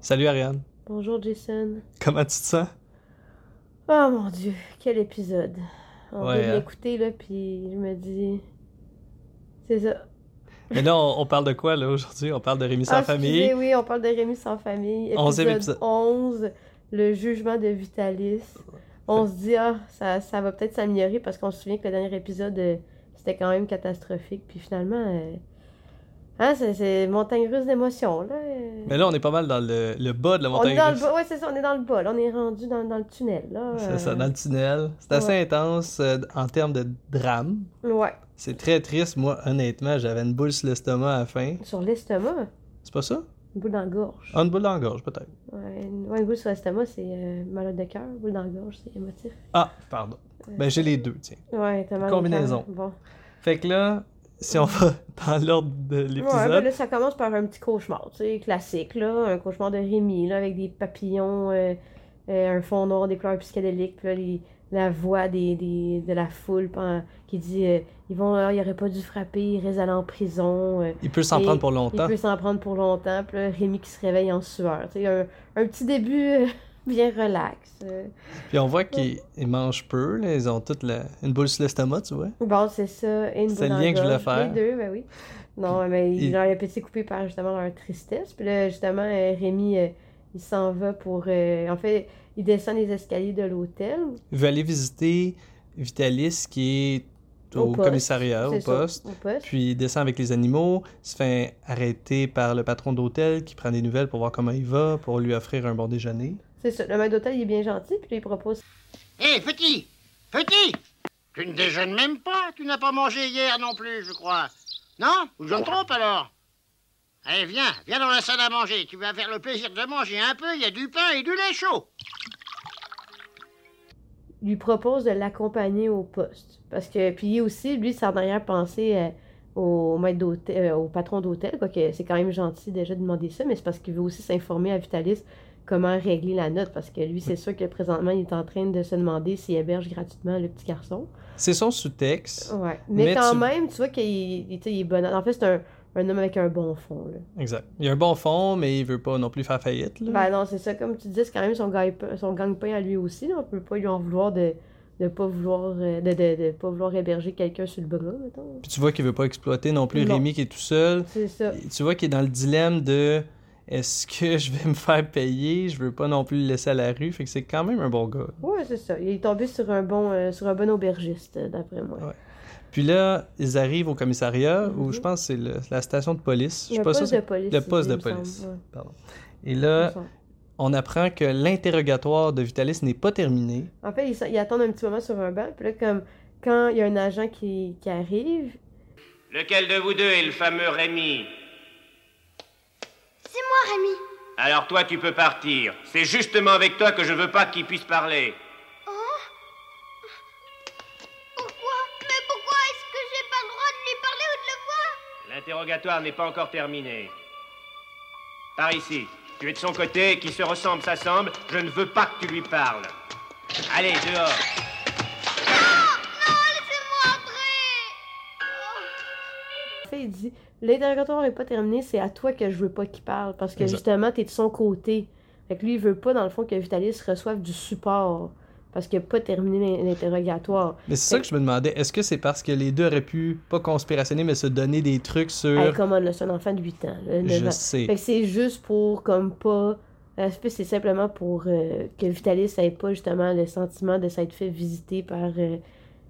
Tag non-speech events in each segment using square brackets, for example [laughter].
Salut Ariane. Bonjour Jason. Comment tu te sens? Oh mon dieu, quel épisode. On Ouais, vient hein. de l'écouter là, puis je me dis... C'est ça. Mais là, on, on parle de quoi là aujourd'hui? On parle de Rémi sans Ah, excusez, famille. Oui, on parle de Rémi sans famille. Onzième Épisode, épisode. 11, le jugement de Vitalis. On se dit, ah, ça, ça va peut-être s'améliorer parce qu'on se souvient que le dernier épisode, euh, c'était quand même catastrophique. Puis finalement, euh, hein, c'est- c'est montagne russe d'émotions. Là. euh. Mais là, on est pas mal dans le, le bas de la on est montagne dans le russe. bas, ouais, c'est ça, on est dans le bas. là, on est rendu dans, dans le tunnel. Là, C'est ça, euh. dans le tunnel. C'est assez Ouais. intense euh, en termes de drame. Ouais, C'est très triste. Moi, honnêtement, j'avais une boule sur l'estomac à la fin. sur l'estomac, C'est pas ça? une boule dans la gorge. Ah, une boule dans la gorge, peut-être. Ouais, une, ouais, une boule sur l'estomac, c'est euh, malade de cœur. Boule dans la gorge, c'est émotif. Ah, pardon. Ben, j'ai les deux, tiens. Ouais, t'as mal au Combinaison. cœur. Bon. Fait que là, si on va [laughs] dans l'ordre de Ouais, ben l'épisode. là, ça commence par un petit cauchemar, tu sais, classique, là. Un cauchemar de Rémi, là, avec des papillons, euh, euh, un fond noir, des couleurs psychédéliques, puis là, les- la voix des, des- de la foule pen- qui dit euh, ils vont, euh, il aurait pas dû frapper, il risque d'aller en prison. euh, Il peut s'en Et prendre pour il longtemps. peut s'en prendre pour longtemps, puis là, Rémi qui se réveille en sueur. Tu sais, un, un petit début euh, [laughs] bien relax. euh. Puis on voit qu'ils ils mangent peu. Là. Ils ont toute la... une boule sur l'estomac, tu vois. Bon, c'est ça. Et une C'est bonne le lien que je voulais engorge. faire. Les deux, ben oui. Non, mais il- il... leur appétit coupé par justement leur tristesse. Puis là, justement, euh, Rémi, euh, il s'en va pour. euh, En fait, il descend les escaliers de l'hôtel. Il veut aller visiter Vitalis qui est Au au, poste, commissariat, Ah, au C'est ça, poste. Au poste. Puis il descend avec les animaux, se fait arrêter par le patron d'hôtel qui prend des nouvelles pour voir comment il va, pour lui offrir un bon déjeuner. C'est ça. Le maître d'hôtel, il est bien gentil. Puis là, il propose. Hé, petit Petit Tu ne déjeunes même pas Tu n'as pas mangé hier non plus, je crois. Non Ou je me trompe alors Allez, viens, viens dans la salle à manger. Tu vas faire le plaisir de manger un peu. Il y a du pain et du lait chaud. il lui propose de l'accompagner au poste. Parce que, puis aussi, lui, c'est en arrière-pensée euh, au maître d'hôtel, euh, au patron d'hôtel, quoi, que c'est quand même gentil déjà de demander ça, mais c'est parce qu'il veut aussi s'informer à Vitalis comment régler la note, parce que lui, c'est sûr que présentement, il est en train de se demander s'il héberge gratuitement le petit garçon. C'est son sous-texte. Ouais. Mais, Mais quand tu- même, tu vois qu'il il- tu sais, il est bon. En fait, c'est un, un homme avec un bon fond, là. Exact. Il a un bon fond, mais il veut pas non plus faire faillite. là. Ben non, c'est ça. Comme tu dis, c'est quand même son gagne-pain son gagne-pain à lui aussi. Là. On peut pas lui en vouloir de de pas vouloir euh, de, de, de pas vouloir héberger quelqu'un sur le bras, mettons. Puis tu vois qu'il veut pas exploiter non plus Non. Rémi qui est tout seul. C'est ça. Et Tu vois qu'il est dans le dilemme de est-ce que [laughs] je vais me faire payer, je veux pas non plus le laisser à la rue, fait que c'est quand même un bon gars. Ouais, c'est ça. Il est tombé sur un bon euh, sur un bon aubergiste, euh, d'après moi. Ouais. Puis là, ils arrivent au commissariat, où Mhm. je pense que c'est le- la station de police. Je suis Le pas sûr poste c'est- de police. Le il dit, poste de il me police. Euh. semble. Ouais, Pardon. Et il me là, semble. on apprend que l'interrogatoire de Vitalis n'est pas terminé. En fait, ils s- ils attendent un petit moment sur un banc, puis là, comme quand il y a un agent qui, qui arrive, Lequel de vous deux est le fameux Rémi C'est moi, Rémi. Alors toi, tu peux partir. C'est justement avec toi que je veux pas qu'il puisse parler. Pourquoi Mais pourquoi est-ce que j'ai pas le droit de lui parler ou de le voir L'interrogatoire n'est pas encore terminé. Par ici. Tu es de son côté, qui se ressemble, s'assemble. Je ne veux pas que tu lui parles. Allez, dehors. Non, laissez-moi entrer en fait, il dit L'interrogatoire n'est pas terminé, c'est à toi que je veux pas qu'il parle, parce que Exact. justement, t'es de son côté. Fait que lui, il veut pas, dans le fond, que Vitalis reçoive du support, parce qu'il a pas terminé l'in- l'interrogatoire. Mais c'est ça que je me demandais. Est-ce que c'est parce que les deux auraient pu pas conspirationner, mais se donner des trucs sur. Hey, comment là, c'est un enfant de 8 ans, là, 9 je ans. sais. Fait que c'est juste pour, comme pas. euh, c'est- C'est simplement pour euh, que Vitalis n'ait pas justement le sentiment de s'être fait visiter par. euh,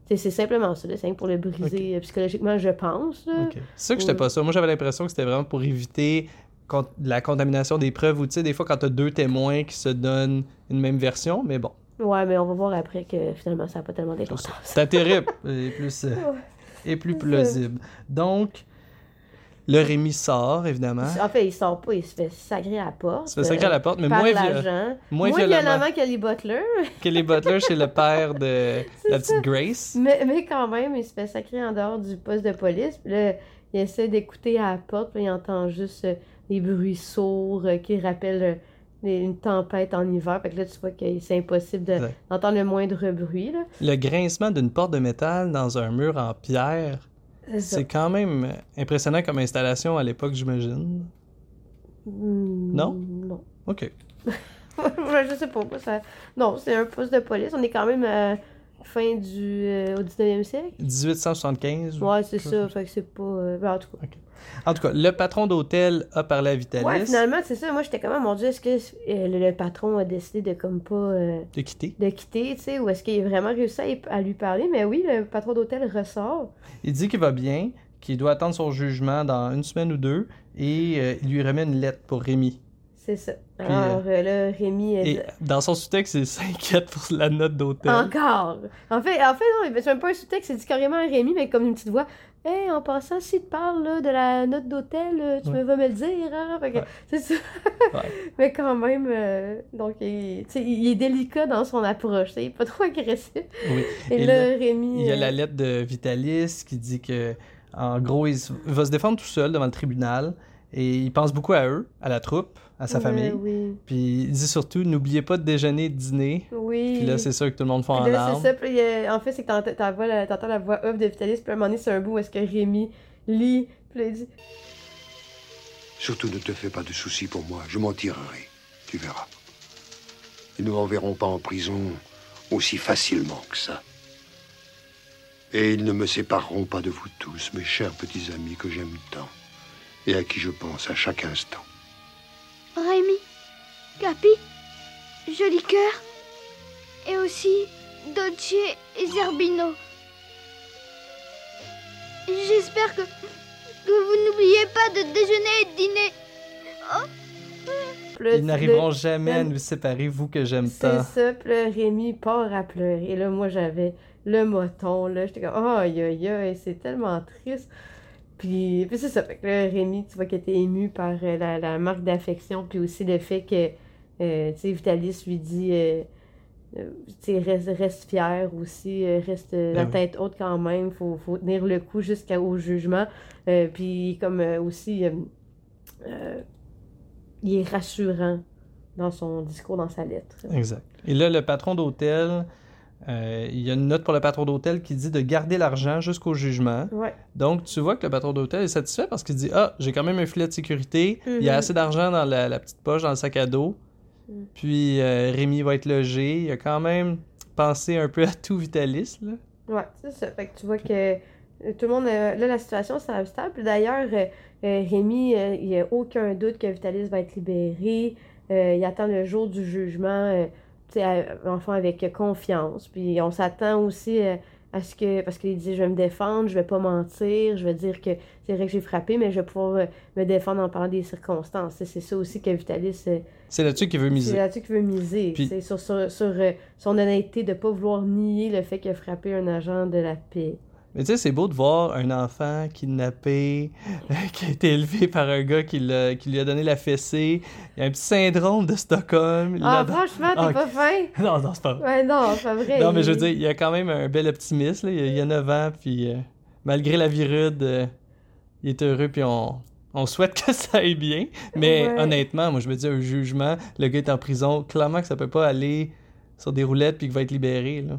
t'sais, c'est simplement ça, là, c'est rien que pour le briser euh, psychologiquement, je pense. là. Ok. C'est ça que j'étais Oui. pas sûr. Moi, j'avais l'impression que c'était vraiment pour éviter con- la contamination des preuves ou tu sais, des fois, quand t'as deux témoins qui se donnent une même version, mais bon. Ouais, mais on va voir après que finalement ça n'a pas tellement d'importance. C'est terrible. Et plus, euh, et plus plausible. Donc, le Rémi sort, évidemment. En fait, il sort pas, il se fait sacrer à la porte. Il se fait sacrer à la porte, mais moins, Par viol- l'agent. moins Moins violemment violemment que les Butler, que les Butler chez le père de [laughs] C'est la petite ça. Grace. [laughs] mais, mais quand même, il se fait sacrer en dehors du poste de police. Puis là, il essaie d'écouter à la porte, puis il entend juste euh, des bruits sourds euh, qui rappellent euh, des- une tempête en hiver. Fait que là, tu vois que c'est impossible de- Exact. d'entendre le moindre bruit. là. Le grincement d'une porte de métal dans un mur en pierre, C'est ça. c'est quand même impressionnant comme installation à l'époque, j'imagine. Hmm, Non? Non. [laughs] OK. Ouais, je sais pas. moi, ça- Non, c'est un poste de police. On est quand même euh, fin du euh, au 19e siècle. 1875. Ouais, c'est ça. Quelque Fait que c'est pas. euh, ben, en tout cas. En tout cas, le patron d'hôtel a parlé à Vitalis Ouais, finalement, c'est ça. Moi, j'étais quand même, mon Dieu, est-ce que euh, le, le patron a décidé de comme pas euh, de quitter. de quitter, tu sais, ou est-ce qu'il a vraiment réussi à, y- à lui parler? Mais oui, le patron d'hôtel ressort. Il dit qu'il va bien, qu'il doit attendre son jugement dans une semaine ou deux et euh, il lui remet une lettre pour Rémi. C'est ça. Alors euh, là, Rémi elle Et dans son sous-texte, il [laughs] s'inquiète pour la note dit, d'hôtel. Encore! En fait, en fait non, mais c'est même pas un sous-texte, c'est dit carrément à Rémi, mais comme une petite voix. Hé, en passant, si tu parles là, de la note d'hôtel, euh, tu Ouais. me vas me le dire, hein? Fait que, Ouais. c'est ça. Ouais. [laughs] Mais quand même, euh, donc, il, tu sais, il est délicat dans son approche, tu sais, il est pas trop agressif. Oui. Et, Et là, là, Rémi. Il y a euh, la lettre de Vitalis qui dit que, en gros, il se- va se défendre tout seul devant le tribunal et il pense beaucoup à eux, à la troupe, à sa Ouais, famille. euh, Oui. Puis il dit surtout, n'oubliez pas de déjeuner, de dîner. Oui. Puis là, c'est sûr que tout le monde fond en Puis là, larmes. c'est ça. Puis, euh, en fait, c'est que t'ent- t'en- t'entends la, t'entends la voix off de Vitalis. Puis à un moment donné, c'est un bout où est-ce que Rémi lit. Puis là, il dit Surtout ne te fais pas de soucis pour moi, je m'en tirerai, tu verras. Ils ne m'enverront pas en prison aussi facilement que ça. Et ils ne me sépareront pas de vous tous, mes chers petits amis que j'aime tant et à qui je pense à chaque instant. Rémi, Capi, Joli Cœur, et aussi Dolce et Zerbino. J'espère que, que vous n'oubliez pas de déjeuner et de dîner. Puis là, Ils tu- n'arriveront là, jamais à le- nous séparer, vous que j'aime C'est tant. ça. Puis là, Rémi part à pleurer. Et là, moi, j'avais le moton. Là, j'étais comme, oh, aïe, aïe, aïe, c'est tellement triste. Puis, puis c'est ça. Fait que là, Rémi, tu vois qu'elle était émue par euh, la, la marque d'affection. Puis aussi le fait que, euh, tu sais, Vitalis lui dit, euh, euh, tu sais, reste, reste fier aussi, euh, reste euh, la Ben oui. tête haute quand même. Faut, faut tenir le coup jusqu'au jugement. Euh, puis comme euh, aussi, euh, euh, il est rassurant dans son discours, dans sa lettre. Exact. Et là, le patron d'hôtel, euh, il y a une note pour le patron d'hôtel qui dit de garder l'argent jusqu'au jugement. Ouais. Donc, tu vois que le patron d'hôtel est satisfait parce qu'il dit Ah, j'ai quand même un filet de sécurité, il y a Mhm. assez d'argent dans la, la petite poche, dans le sac à dos. Mm. Puis euh, Rémi va être logé. Il a quand même pensé un peu à tout Vitalis. Là. Ouais, c'est ça. Fait que tu vois que euh, tout le monde, euh, là, la situation c'est stable. D'ailleurs, euh, euh, Rémi, euh, il n'y a aucun doute que Vitalis va être libéré. Euh, il attend le jour du jugement, euh, tu sais, à- enfin avec euh, confiance. Puis on s'attend aussi euh, à ce que, parce qu'il dit, je vais me défendre, je vais pas mentir, je vais dire que c'est vrai que j'ai frappé, mais je vais pouvoir euh, me défendre en parlant des circonstances. C'est c'est ça aussi que Vitalis, euh, C'est là-dessus qu'il veut c'est miser. là-dessus qu'il veut miser, Puis- tu sais, sur, sur, sur, euh, son honnêteté de ne pas vouloir nier le fait qu'il a frappé un agent de la paix. Mais tu sais, c'est beau de voir un enfant kidnappé, euh, [laughs] qui a été élevé par un gars qui, l'a- qui lui a donné la fessée. Il y a un petit syndrome de Stockholm. il Ah, l'adore. franchement, t'es Ah, pas [laughs] fin? Non, non, c'est pas vrai. Ouais, non, c'est pas vrai. Non, mais je veux il- dire, il y a quand même un bel optimisme. là. Il, y a, il y a 9 ans, puis euh, malgré la virude, euh, il est heureux, puis on, on souhaite [laughs] que ça aille bien. Mais Ouais. honnêtement, moi, je me dis, un jugement, le gars est en prison, clairement que ça peut pas aller sur des roulettes, puis qu'il va être libéré. Là.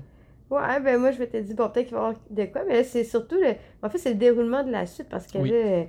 Ouais, ben moi, je m'étais dit, bon, peut-être qu'il va y avoir de quoi, mais là, c'est surtout le. En fait, c'est le déroulement de la suite parce que Oui. là, euh,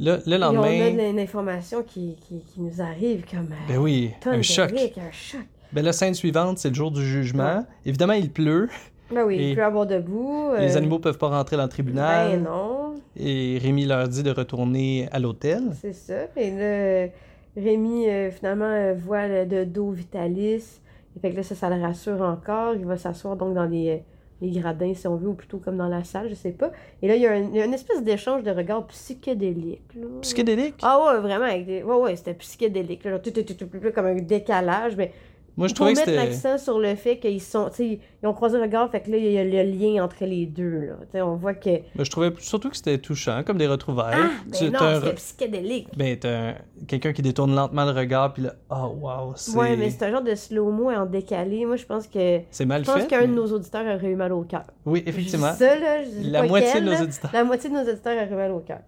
Là, le on a lendemain, de l'information qui, qui, qui nous arrive comme. euh, ben oui, tonne un de choc. briques, un choc. Ben, la scène suivante, c'est le jour du jugement. Évidemment, il pleut, Ben oui, Et- il peut avoir debout. les euh, animaux peuvent pas rentrer dans le tribunal, Ben non. et Rémi leur dit de retourner à l'hôtel. C'est ça. Et là, Rémi, euh, finalement, euh, voit le- de dos Vitalis. Et fait que là, ça, ça le rassure encore. Il va s'asseoir donc dans les, euh, les gradins, si on veut, ou plutôt comme dans la salle, je sais pas. Et là, il y a, un- il y a une espèce d'échange de regards psychédélique. là. Psychédélique. Ah ouais, vraiment. avec des- Ouais, ouais, c'était psychédélique. là, genre, tout, tout, tout, tout, tout, comme un décalage. Mais Moi, je pour trouvais que mettre c'était. l'accent sur le fait qu'ils sont, tu sais, ils ont croisé le regard, fait que là, il y a le lien entre les deux. Là. Tu sais, On voit que. Ben, je trouvais surtout que c'était touchant, comme des retrouvailles. Ah, Tu- ben non, t'as un c'était re- psychédélique. ben, t'as un- quelqu'un qui détourne lentement le regard, puis là, oh wow, c'est Ouais, mais c'est un genre de slow-mo en décalé. Moi, je pense que. c'est mal Je pense fait. qu'un de mais- nos auditeurs aurait eu mal au cœur. Oui, Je dis effectivement. Ça, là, je dis La pas moitié quel, de nos là. auditeurs. La moitié de nos auditeurs aurait eu mal au cœur.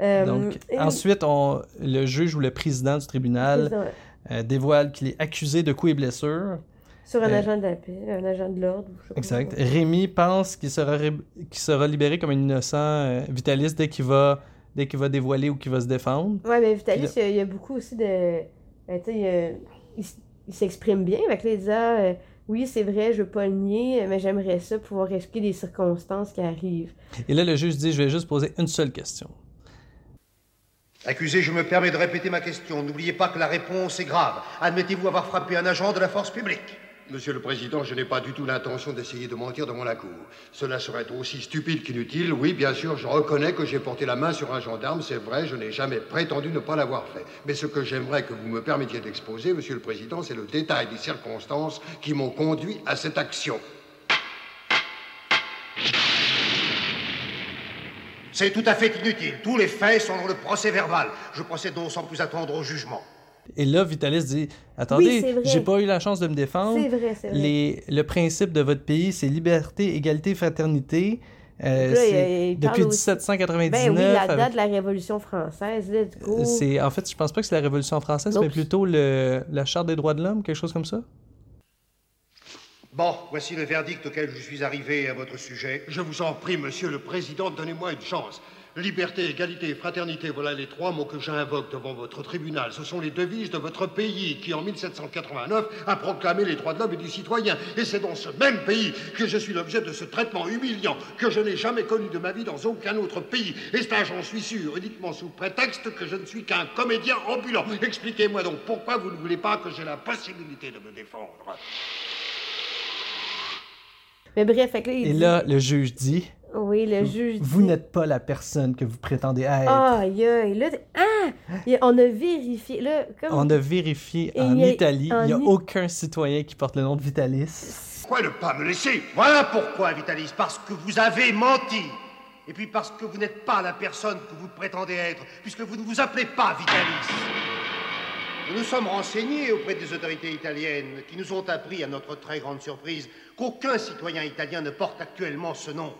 Euh, Donc, et- ensuite, on, le juge ou le président du tribunal euh, dévoile qu'il est accusé de coups et blessures. Sur un Euh, agent de la paix, un agent de l'ordre. ou je sais pas. Exact. Rémi pense qu'il sera, ré- qu'il sera libéré comme un innocent euh, vitaliste dès qu'il va, dès qu'il va dévoiler ou qu'il va se défendre. Ouais, mais Vitalis, il y a- il y, a beaucoup aussi de, euh, tu sais, euh, il, s- il s'exprime bien avec les disant euh, Oui, c'est vrai, je veux pas le nier, mais j'aimerais ça pouvoir expliquer les circonstances qui arrivent. Et là, le juge dit Je vais juste poser une seule question. Accusé, je me permets de répéter ma question. N'oubliez pas que la réponse est grave. Admettez-vous avoir frappé un agent de la force publique Monsieur le Président, je n'ai pas du tout l'intention d'essayer de mentir devant la Cour. Cela serait aussi stupide qu'inutile. Oui, bien sûr, je reconnais que j'ai porté la main sur un gendarme, c'est vrai, je n'ai jamais prétendu ne pas l'avoir fait. Mais ce que j'aimerais que vous me permettiez d'exposer, Monsieur le Président, c'est le détail des circonstances qui m'ont conduit à cette action. C'est tout à fait inutile. Tous les faits sont dans le procès verbal. Je procède donc sans plus attendre au jugement. Et là, Vitalis dit Oui, c'est Attendez, vrai. j'ai pas eu la chance de me défendre. C'est vrai, c'est vrai. Les- le principe de votre pays, c'est liberté, égalité, fraternité. Euh, Là, c'est il- il parle depuis aussi- 1799. Ben oui, la avec- date de la Révolution française, let's go. C'est en fait, je pense pas que c'est la Révolution française, Nope. mais plutôt le, la Charte des droits de l'homme, quelque chose comme ça. Bon, voici le verdict auquel je suis arrivé à votre sujet. Je vous en prie, Monsieur le Président, donnez-moi une chance. Liberté, égalité, fraternité, voilà les trois mots que j'invoque devant votre tribunal. Ce sont les devises de votre pays qui, en 1789, a proclamé les droits de l'homme et du citoyen. Et c'est dans ce même pays que je suis l'objet de ce traitement humiliant que je n'ai jamais connu de ma vie dans aucun autre pays. Et ça, j'en suis sûr, uniquement sous prétexte que je ne suis qu'un comédien ambulant. Expliquez-moi donc pourquoi vous ne voulez pas que j'ai la possibilité de me défendre. Mais bref, fait que là, il Et dit- là, le juge dit oui, le juge Vous dit- Ah, n'êtes pas la personne que vous prétendez être. Aïe, aïe, là, t- ah! Il y a- On a vérifié, là, comme... On a vérifié Et en il y a- Italie, en il n'y a I- aucun citoyen qui porte le nom de Vitalis. Pourquoi ne pas me laisser Voilà pourquoi, Vitalis, parce que vous avez menti. Et puis parce que vous n'êtes pas la personne que vous prétendez être, puisque vous ne vous appelez pas Vitalis. Nous nous sommes renseignés auprès des autorités italiennes, qui nous ont appris, à notre très grande surprise, qu'aucun citoyen italien ne porte actuellement ce nom.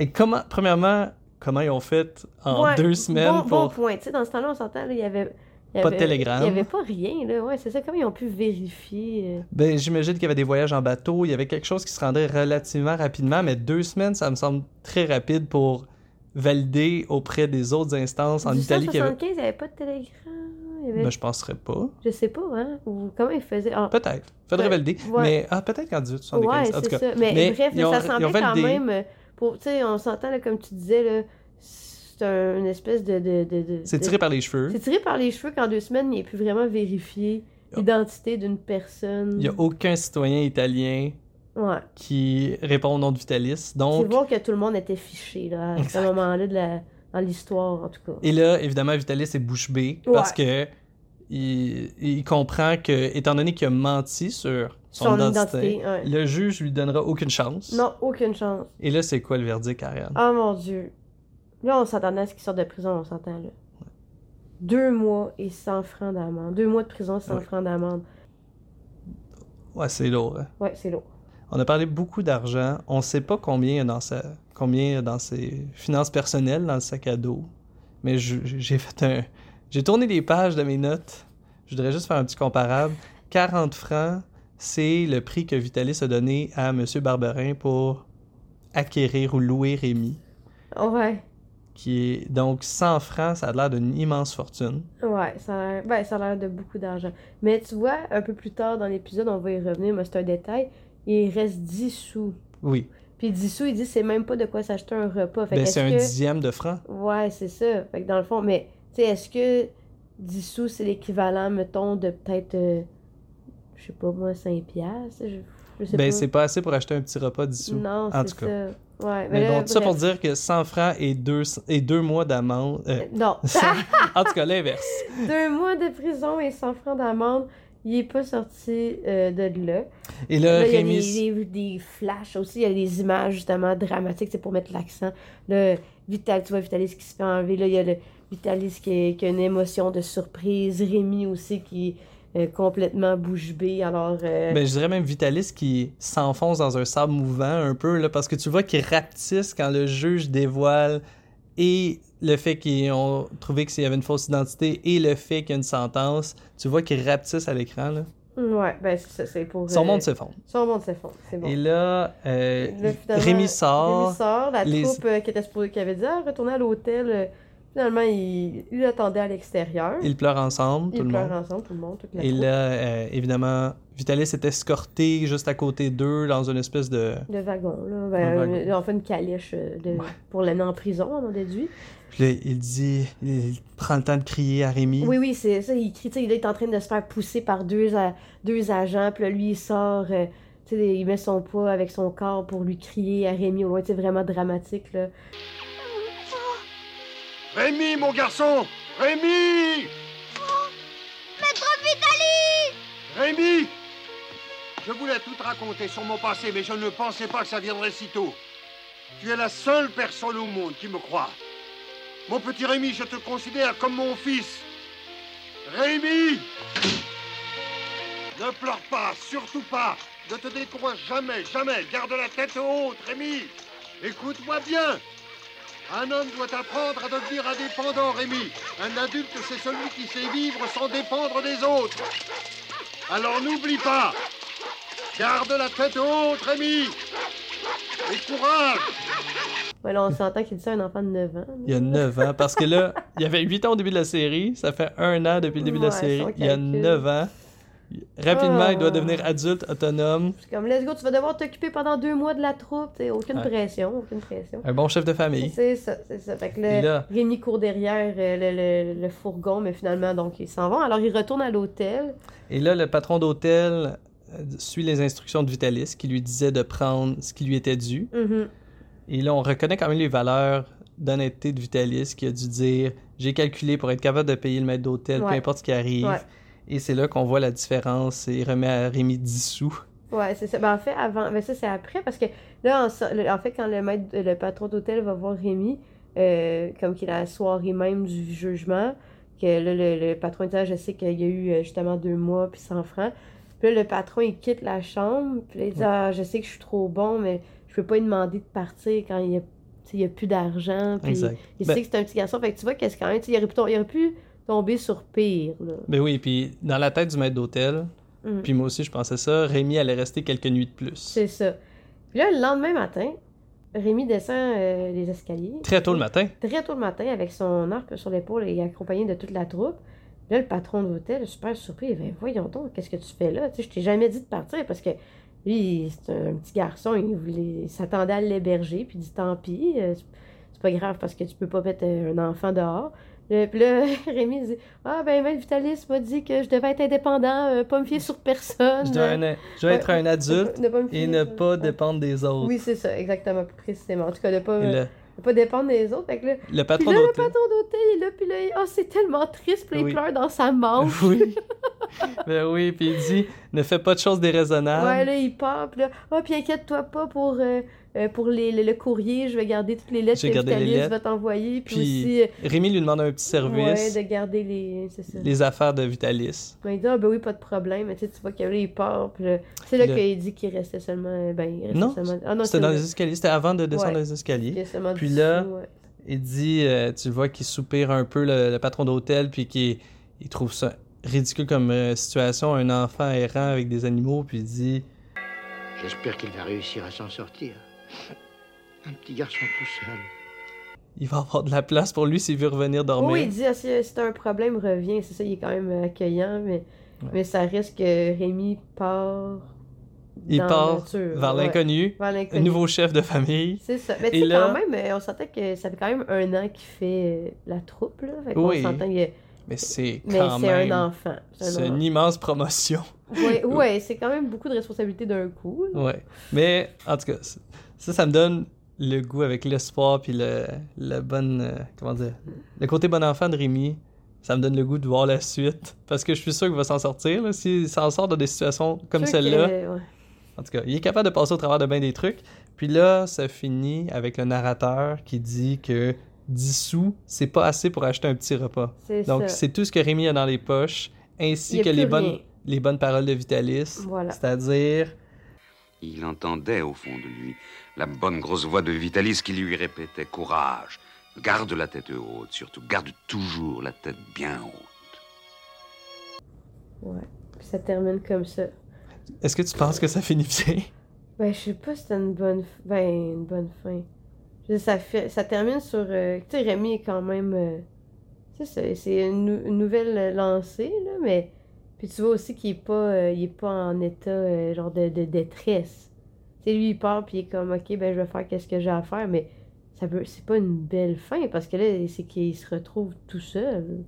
Et comment, premièrement, comment ils ont fait en Ouais, deux semaines bon, bon pour. point. Tu sais, dans ce temps-là, on s'entend, là, il y avait... il y Pas de avait- télégramme. Il n'y avait pas rien, là. Ouais, c'est ça, comme ils ont pu vérifier. euh. Ben, j'imagine qu'il y avait des voyages en bateau, il y avait quelque chose qui se rendait relativement rapidement, mais deux semaines, ça me semble très rapide pour valider auprès des autres instances en du Italie. qu'il y avait- 175, il n'y avait pas de télégramme. il y avait- Ben, je penserais pas. Je sais pas, hein. Ou comment ils faisaient... Ah, Peut-être. Faudrait Ouais, valider. ouais. Mais ah, peut-être qu'en 1875. Ouais, en tout c'est cas. ça. Mais, Mais bref, ils ont- ça ils ont semblait quand validé. même. euh, Pour, tu sais, on s'entend, là, comme tu disais, là, c'est un- une espèce de. de, de, de- C'est de- tiré par les cheveux. C'est tiré par les cheveux qu'en deux semaines, il ait pu vraiment vérifier Yep. l'identité d'une personne. Il n'y a aucun citoyen italien Ouais. qui répond au nom de Vitalis. C'est Donc, voir que tout le monde était fiché, là, à ce Exact. moment-là, de la... dans l'histoire, en tout cas. et là, évidemment, Vitalis est bouche bée parce que il, il comprend que, étant donné qu'il a menti sur son, Son identité, identité, ouais. le juge lui donnera aucune chance. Non, aucune chance. Et là, c'est quoi le verdict, Ariane? Ah mon dieu. Là, on s'attendait à ce qu'il sorte de prison, on s'entend là. Deux mois et 100 francs d'amende. Deux mois de prison, 100 Ouais. francs d'amende. Ouais, c'est lourd. hein. Ouais, c'est lourd. On a parlé beaucoup d'argent. On ne sait pas combien il y a dans sa, combien il y a dans ses finances personnelles, dans le sac à dos. Mais je- j'ai fait un, j'ai tourné les pages de mes notes. Je voudrais juste faire un petit comparable. 40 francs, c'est le prix que Vitalis a donné à M. Barberin pour acquérir ou louer Rémi, Ouais. qui est donc 100 francs, ça a l'air d'une immense fortune. Ouais, ça a l'air ben, ça a l'air de beaucoup d'argent. Mais tu vois, un peu plus tard dans l'épisode, on va y revenir, mais c'est un détail. Il reste 10 sous. Oui, Puis 10 sous, il dit c'est même pas de quoi s'acheter un repas. Fait ben, qu'est-ce c'est un que... dixième de franc. Ouais, c'est ça. Fait que dans le fond, mais tu sais, est-ce que 10 sous, c'est l'équivalent, mettons, de peut-être, euh, je sais pas moi, 5 piastres? Je, je sais Ben pas. c'est pas assez pour acheter un petit repas dissous. Non, en c'est tout ça. cas. Ouais, mais Mais là, bon, tout ça pour bref. dire que 100 francs et deux, et deux mois d'amende. euh, [laughs] Non, Ah! en tout cas, l'inverse. [laughs] deux mois de prison et 100 francs d'amende. Il est pas sorti euh, de là. Et là, Là, il y a Rémi. des, des, des flashs aussi, il y a des images justement dramatiques, c'est pour mettre l'accent. Le Vital, tu vois Vitalis qui se fait enlever, là, il y a le Vitalis qui, est- qui a une émotion de surprise, Rémi aussi qui est euh, complètement bouche bée, alors... euh, ben, je dirais même Vitalis qui s'enfonce dans un sable mouvant un peu, là, parce que tu vois qu'il rapetisse quand le juge dévoile et le fait qu'ils ont trouvé qu'il y avait une fausse identité et le fait qu'il y a une sentence. Tu vois qu'il rapetisse à l'écran. là. Ouais, ben c'est ça, c'est pour... Son euh, monde s'effondre. Son monde s'effondre, c'est bon. Et là, euh, Là, finalement, Rémi sort. Rémi sort, la les- troupe euh, qui, était supposée- qui avait dit ah, retournez à l'hôtel, euh, Finalement, il, il attendait à l'extérieur. Ils pleurent ensemble, Ils tout le pleurent monde. ensemble, tout le monde, toute la Et troupe. là, euh, évidemment, Vitalis est escorté juste à côté d'eux dans une espèce de. Le wagon, là. Ben, Le wagon. euh, enfin, une caliche euh, de, Ouais. pour l'année en prison, on en déduit. Puis là, il dit. Il prend le temps de crier à Rémi. Oui, oui, c'est ça. Il crie, tu sais, il est en train de se faire pousser par deux, a- deux agents. Puis là, lui, il sort, euh, tu sais, il met son poids avec son corps pour lui crier à Rémi. au loin. c'est vraiment dramatique, là. Rémi, mon garçon Rémi Maître Vitalis Rémi Je voulais tout te raconter sur mon passé, mais je ne pensais pas que ça viendrait si tôt. Tu es la seule personne au monde qui me croit. Mon petit Rémi, je te considère comme mon fils. Rémi Ne pleure pas, surtout pas. Ne te décourage jamais, jamais. Garde la tête haute, Rémi. Écoute-moi bien. Un homme doit apprendre à devenir indépendant, Rémi. Un adulte, c'est celui qui sait vivre sans dépendre des autres. Alors n'oublie pas, garde la tête haute, Rémi, et courage. [laughs] Ouais, là, on s'entend qu'il dit ça à un enfant de 9 ans. Il y a 9 ans. Parce que [laughs] là, il y avait 8 ans au début de la série. Ça fait un an depuis le début de la Ouais, série. son Il y a calcul. 9 ans. Rapidement, il doit Ah. devenir adulte, autonome, C'est comme, let's go, tu vas devoir t'occuper pendant deux mois de la troupe. tu sais, aucune Ouais. pression, aucune pression. un bon chef de famille. C'est ça, c'est ça. Fait que Et là, là- Rémi court derrière euh, le, le- le fourgon, mais finalement, donc, ils s'en vont. Alors, il retourne à l'hôtel. Et là, le patron d'hôtel euh, suit les instructions de Vitalis qui lui disait de prendre ce qui lui était dû. Mhm. Et là, on reconnaît quand même les valeurs d'honnêteté de Vitalis qui a dû dire J'ai calculé pour être capable de payer le maître d'hôtel, peu Ouais. importe ce qui arrive. Ouais. Et c'est là qu'on voit la différence et il remet à Rémi 10 sous. Ouais, c'est ça. Ben, en fait, avant, ben, ça, c'est après, parce que là, en, so- le- en fait, quand le maître, le patron d'hôtel va voir Rémi, euh, comme qu'il a la soirée même du jugement, que là, le, le patron dit, Ah, je sais qu'il y a eu euh, justement deux mois, puis 100 francs. Puis là, le patron, il quitte la chambre, puis là, il dit, ah, je sais que je suis trop bon, mais je peux pas lui demander de partir quand il y a, tu sais, il y a plus d'argent, puis Exact. il Ben- sait que c'est un petit garçon. Fait que tu vois qu'est-ce quand même, tu sais, il aurait pu, tom- il aurait pu tomber sur pire, là. Ben oui, puis dans la tête du maître d'hôtel, Mm. puis moi aussi je pensais ça, Rémi allait rester quelques nuits de plus. C'est ça. Puis là, le lendemain matin, Rémi descend euh, les escaliers. Très tôt le matin. Très tôt le matin, avec son arc sur l'épaule et accompagné de toute la troupe. Là, le patron de l'hôtel, est super surpris, ben voyons donc, qu'est-ce que tu fais là? Tu sais, je t'ai jamais dit de partir parce que lui, c'est un petit garçon, il, voulait- il s'attendait à l'héberger, puis il dit tant pis, euh, c'est- c'est pas grave parce que tu peux pas mettre euh, un enfant dehors. Là, puis là, [laughs] Rémi dit Ah, ben, Maître Vitalis m'a dit que je devais être indépendant, euh, pas me fier sur personne. Je dois, euh, un- je dois être un adulte ne pas me et fier ne sur- pas Ouais. dépendre des autres. Oui, c'est ça, exactement, plus précisément. En tout cas, de pas, Et le, de pas dépendre des autres. Fait que là, le puis patron là, le d'hôtel. patron d'hôtel est là, puis là, il- oh, c'est tellement triste, puis là, Oui. il pleure dans sa [laughs] manche. Oui. ben oui, puis il dit ne fais pas de choses Ouais, déraisonnables. là, il part, puis là, oh, puis inquiète-toi pas pour, euh, euh, pour les, le, le courrier, je vais garder toutes les lettres J'ai que gardé les Vitalis lettres. va t'envoyer, puis, Puis, aussi, euh, Rémi lui demande un petit service, ouais, de garder les... C'est ça. les affaires de Vitalis. Ouais, il dit, ah, ben oui, pas de problème, mais tu sais, tu vois que là, il part, puis là, c'est là Le- qu'il dit qu'il restait seulement, ben, il restait Non, seulement... Ah non, C'était c'est dans vrai. les escaliers, c'était avant de descendre Ouais. les escaliers. Il y a seulement Puis dix là, sous, ouais. Il dit, euh, tu vois qu'il soupire un peu le, le patron d'hôtel, puis qu'il il trouve ça ridicule comme euh, situation, un enfant errant avec des animaux, puis il dit, J'espère qu'il va réussir à s'en sortir. Un petit garçon tout seul. il va avoir de la place pour lui s'il veut revenir dormir. Oui, il dit ah, si, si t'as un problème, reviens. C'est ça, il est quand même euh, accueillant, mais, Ouais. mais ça risque que Rémi part. il dans la part nature, vers ouais. l'inconnu, Vers un l'inconnu. nouveau chef de famille. C'est ça. Mais Et tu sais, là- quand même, euh, on sentait que ça fait quand même un an qu'il fait euh, la troupe, là. Fait qu'on Oui. s'entend que- Mais c'est Mais quand c'est même un enfant. c'est C'est un une enfant. immense promotion. Ouais, ouais, c'est quand même beaucoup de responsabilités d'un coup. là. Ouais. Mais en tout cas, c- ça, ça me donne le goût avec l'espoir puis le, le bon, euh, comment dire, le côté bon enfant de Rémi. Ça me donne le goût de voir la suite. Parce que je suis sûr qu'il va s'en sortir. là. S'il s'en sort dans des situations comme Sûr que- celle-là, ouais. en tout cas, il est capable de passer au travers de bien des trucs. Puis là, ça finit avec le narrateur qui dit que 10 sous, c'est pas assez pour acheter un petit repas. C'est Donc, ça. c'est tout ce que Rémi a dans les poches, ainsi Il y a que les plus bonnes, rien. les bonnes paroles de Vitalis. Voilà. C'est-à-dire, Il entendait au fond de lui la bonne grosse voix de Vitalis qui lui répétait Courage, garde la tête haute, surtout garde toujours la tête bien haute. Ouais. Puis ça termine comme ça. est-ce que tu penses que ça finit bien? Ben, je sais pas si c'était une bonne, f- ben, une bonne fin. Je veux dire, Ça, fait, ça termine sur. euh, tu sais, Rémi est quand même. euh, tu sais, c'est- c'est une, nou- une nouvelle euh, lancée, là, mais. Puis tu vois aussi qu'il est pas, euh, il est pas en état euh, genre de, de détresse. Tu sais, lui, il part, puis il est comme, ok, ben je vais faire qu'est-ce que j'ai à faire, mais ça peut, c'est pas une belle fin, parce que là, c'est qu'il se retrouve tout seul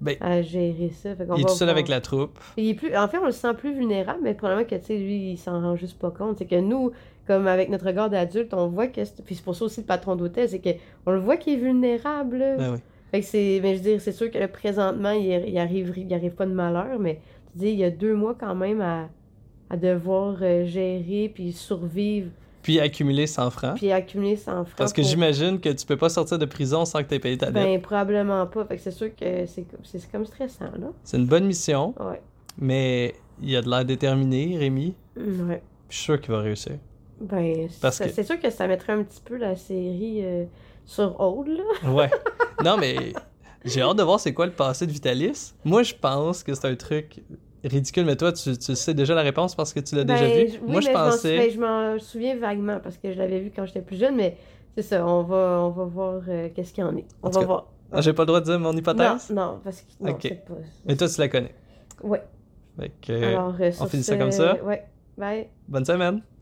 Ben, à gérer ça. Fait qu'on Il est va tout seul voir. avec la troupe. Il est plus, en fait, on le sent plus vulnérable, mais probablement que, tu sais, lui, il s'en rend juste pas compte. C'est que nous, comme avec notre regard d'adulte, on voit que... c'est- Puis c'est pour ça aussi le patron d'hôtel, c'est que on le voit qu'il est vulnérable. là. Ben oui. Fait que c'est... Mais je veux dire, c'est sûr que là, présentement, il, il arrive, il arrive pas de malheur, mais tu dis, il y a deux mois quand même à, à devoir euh, gérer, puis survivre, Puis accumuler 100 francs. puis accumuler 100 francs. Ah. Parce que pour- j'imagine que tu peux pas sortir de prison sans que t'aies payé ta dette. Ben, probablement pas. Fait que c'est sûr que c'est, comme- c'est comme stressant, là. C'est une bonne mission, Ouais. mais il a de l'air déterminé, Rémi. Ouais. Puis Je suis sûr qu'il va réussir. Ben, Parce ça- que- c'est sûr que ça mettrait un petit peu la série euh, sur hold, là. [laughs] Ouais. non, mais j'ai hâte de voir c'est quoi le passé de Vitalis. Moi, je pense que c'est un truc ridicule, mais toi, tu, tu sais déjà la réponse parce que tu l'as Ben, déjà vu. je- oui, Moi, je mais m'en pensais. souviens- je m'en souviens vaguement parce que je l'avais vu quand j'étais plus jeune, mais c'est ça, on va, on va voir euh, qu'est-ce qu'il y en est. On En tout va cas, voir. Ah, j'ai pas le droit de dire mon Non, hypothèse. non, parce que non, Ok. c'est pas... Mais toi, tu la connais. Ouais. Fait que, Alors, euh, sur finit ce- ça comme ça? Ouais. Bye. bonne semaine.